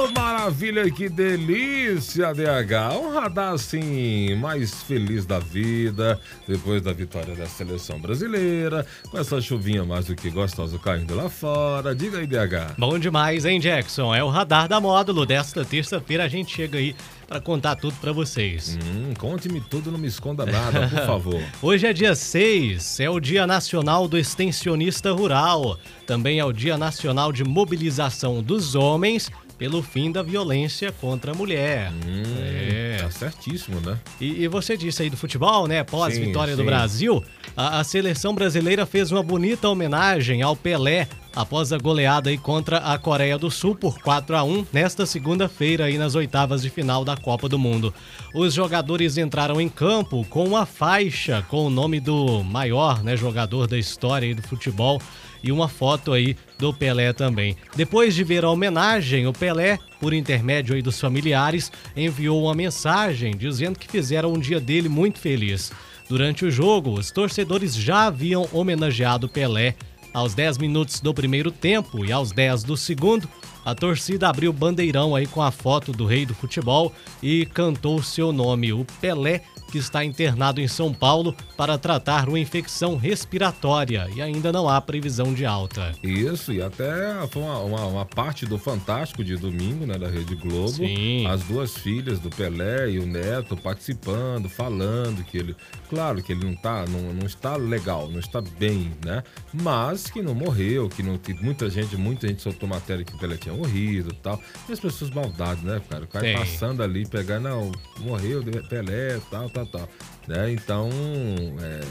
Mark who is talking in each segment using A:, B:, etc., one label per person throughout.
A: Oh, maravilha, que delícia, DH. Um radar assim, mais feliz da vida, depois da vitória da seleção brasileira, com essa chuvinha mais do que gostosa caindo lá fora. Diga aí, DH.
B: Bom demais, hein, Jackson? É o radar da módulo. Desta terça-feira a gente chega aí para contar tudo para vocês.
A: Hum, conte-me tudo, não me esconda nada, por favor.
B: Hoje é dia 6, é o Dia Nacional do Extensionista Rural. Também é o Dia Nacional de Mobilização dos Homens pelo fim da violência contra a mulher.
A: Hum, Tá certíssimo, né?
B: E, e você disse aí do futebol, né? Pós-vitória
A: Sim,
B: do
A: sim.
B: Brasil, a, a seleção brasileira fez uma bonita homenagem ao Pelé após a goleada aí contra a Coreia do Sul por 4 a 1 nesta segunda-feira aí nas oitavas de final da Copa do Mundo. Os jogadores entraram em campo com uma faixa com o nome do maior, né, jogador da história aí do futebol e uma foto aí do Pelé também. Depois de ver a homenagem, o Pelé, por intermédio aí dos familiares, enviou uma mensagem dizendo que fizeram um dia dele muito feliz. Durante o jogo, os torcedores já haviam homenageado Pelé. Aos 10 minutos do primeiro tempo e aos 10 do segundo, a torcida abriu o bandeirão aí com a foto do rei do futebol e cantou seu nome, o Pelé, que está internado em São Paulo para tratar uma infecção respiratória e ainda não há previsão de alta.
A: Isso, e até foi uma, uma- uma parte do Fantástico de domingo, né, da Rede Globo.
B: Sim.
A: As duas filhas do Pelé e o Neto participando, falando que ele. Claro que ele não, tá, não, não está legal, não está bem, né? Mas que não morreu, que não que muita gente, muita gente soltou matéria que o Pelé tinha morrido e tal. E as pessoas maldade, né, cara? O cara
B: Tem.
A: passando ali, pegar, não, morreu, Pelé, tal, tal, tal. Né? Então, é,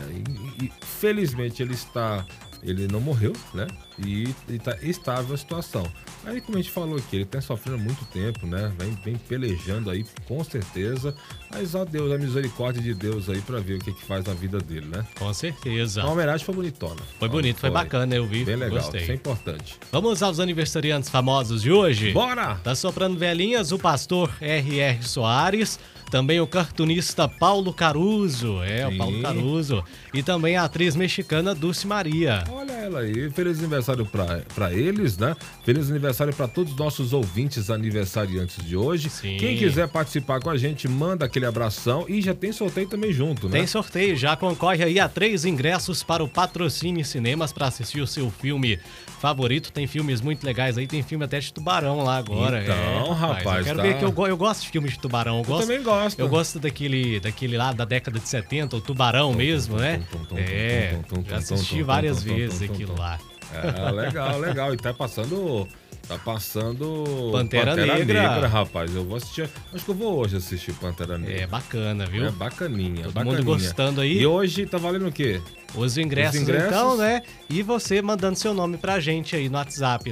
A: e- e- felizmente ele está. Ele não morreu, né? E está estável a situação. Aí, como a gente falou aqui, ele está sofrendo há muito tempo, né? Vem, vem pelejando aí, com certeza. Mas ó Deus, a misericórdia de Deus aí para ver o que, que faz na vida dele, né?
B: Com certeza.
A: A homenagem foi bonitona.
B: Foi bonito, foi bacana, eu vi,
A: Bem legal,
B: gostei.
A: isso é importante.
B: Vamos aos aniversariantes famosos de hoje?
A: Bora!
B: Tá soprando velhinhas o pastor R.R. Soares, também o cartunista Paulo Caruso, é,
A: Sim.
B: o Paulo Caruso, e também a atriz mexicana Dulce Maria.
A: Olha ela aí, feliz aniversário pra pra eles, né? Feliz aniversário pra todos os nossos ouvintes aniversariantes de hoje.
B: Sim.
A: Quem quiser participar com a gente, manda aquele abração e já tem sorteio também junto, né?
B: Tem sorteio, já concorre aí a três ingressos para o Patrocínio Cinemas para assistir o seu filme favorito. Tem filmes muito legais aí, tem filme até de tubarão lá agora. é.
A: Então, rapaz,
B: Eu quero
A: tá.
B: ver que eu, go- eu gosto de filmes de tubarão. Eu, gosto,
A: também gosto.
B: Eu gosto daquele, daquele lá da década de 70, o tubarão mesmo, né?
A: tum, tum, tum,
B: É,
A: tum, tum, tum, tum,
B: já
A: tum,
B: assisti
A: tum,
B: várias
A: tum, tum, tum,
B: vezes
A: tum,
B: aquilo
A: tum.
B: lá.
A: É, legal, legal. E tá passando. Tá passando.
B: Pantera Negra.
A: rapaz. Eu vou assistir. Acho que eu vou hoje assistir Pantera
B: É
A: Negra.
B: bacana, viu?
A: É bacaninha,
B: Todo
A: bacaninha.
B: mundo gostando aí.
A: E hoje tá valendo o quê?
B: Os ingressos,
A: Os ingressos.
B: então, né? E você mandando seu nome pra gente aí no WhatsApp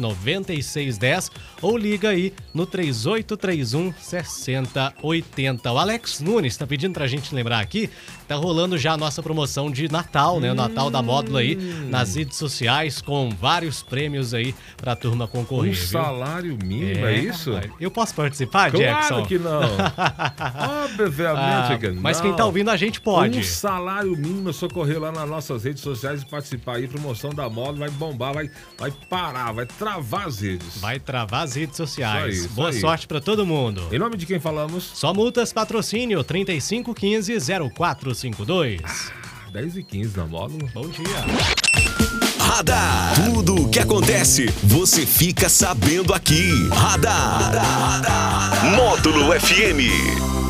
B: 988979610 ou liga aí no 3831 6080. um O Alex Nunes tá pedindo pra gente lembrar aqui, tá rolando já a nossa promoção de Natal, né? O Natal da Módula aí
A: Hum.
B: nas redes sociais com vários prêmios aí pra turma
A: Um
B: concorrer, viu?
A: salário mínimo, é, isso?
B: rapaz. Eu posso participar, Jackson?
A: Claro que não. Obviamente
B: Ah,
A: que não.
B: mas quem tá ouvindo a gente pode.
A: Um salário mínimo, é socorrer lá nas nossas redes sociais e participar aí. Promoção da moda vai bombar, vai, vai parar, vai travar as redes.
B: Vai travar as redes sociais.
A: Isso aí, isso
B: Boa
A: aí.
B: sorte pra todo mundo.
A: Em nome de quem falamos?
B: Só multas patrocínio 3515-0452.
A: 10 e 15 na módulo.
B: Bom dia.
C: Radar. Tudo o que acontece, você fica sabendo aqui. Radar. Módulo FM.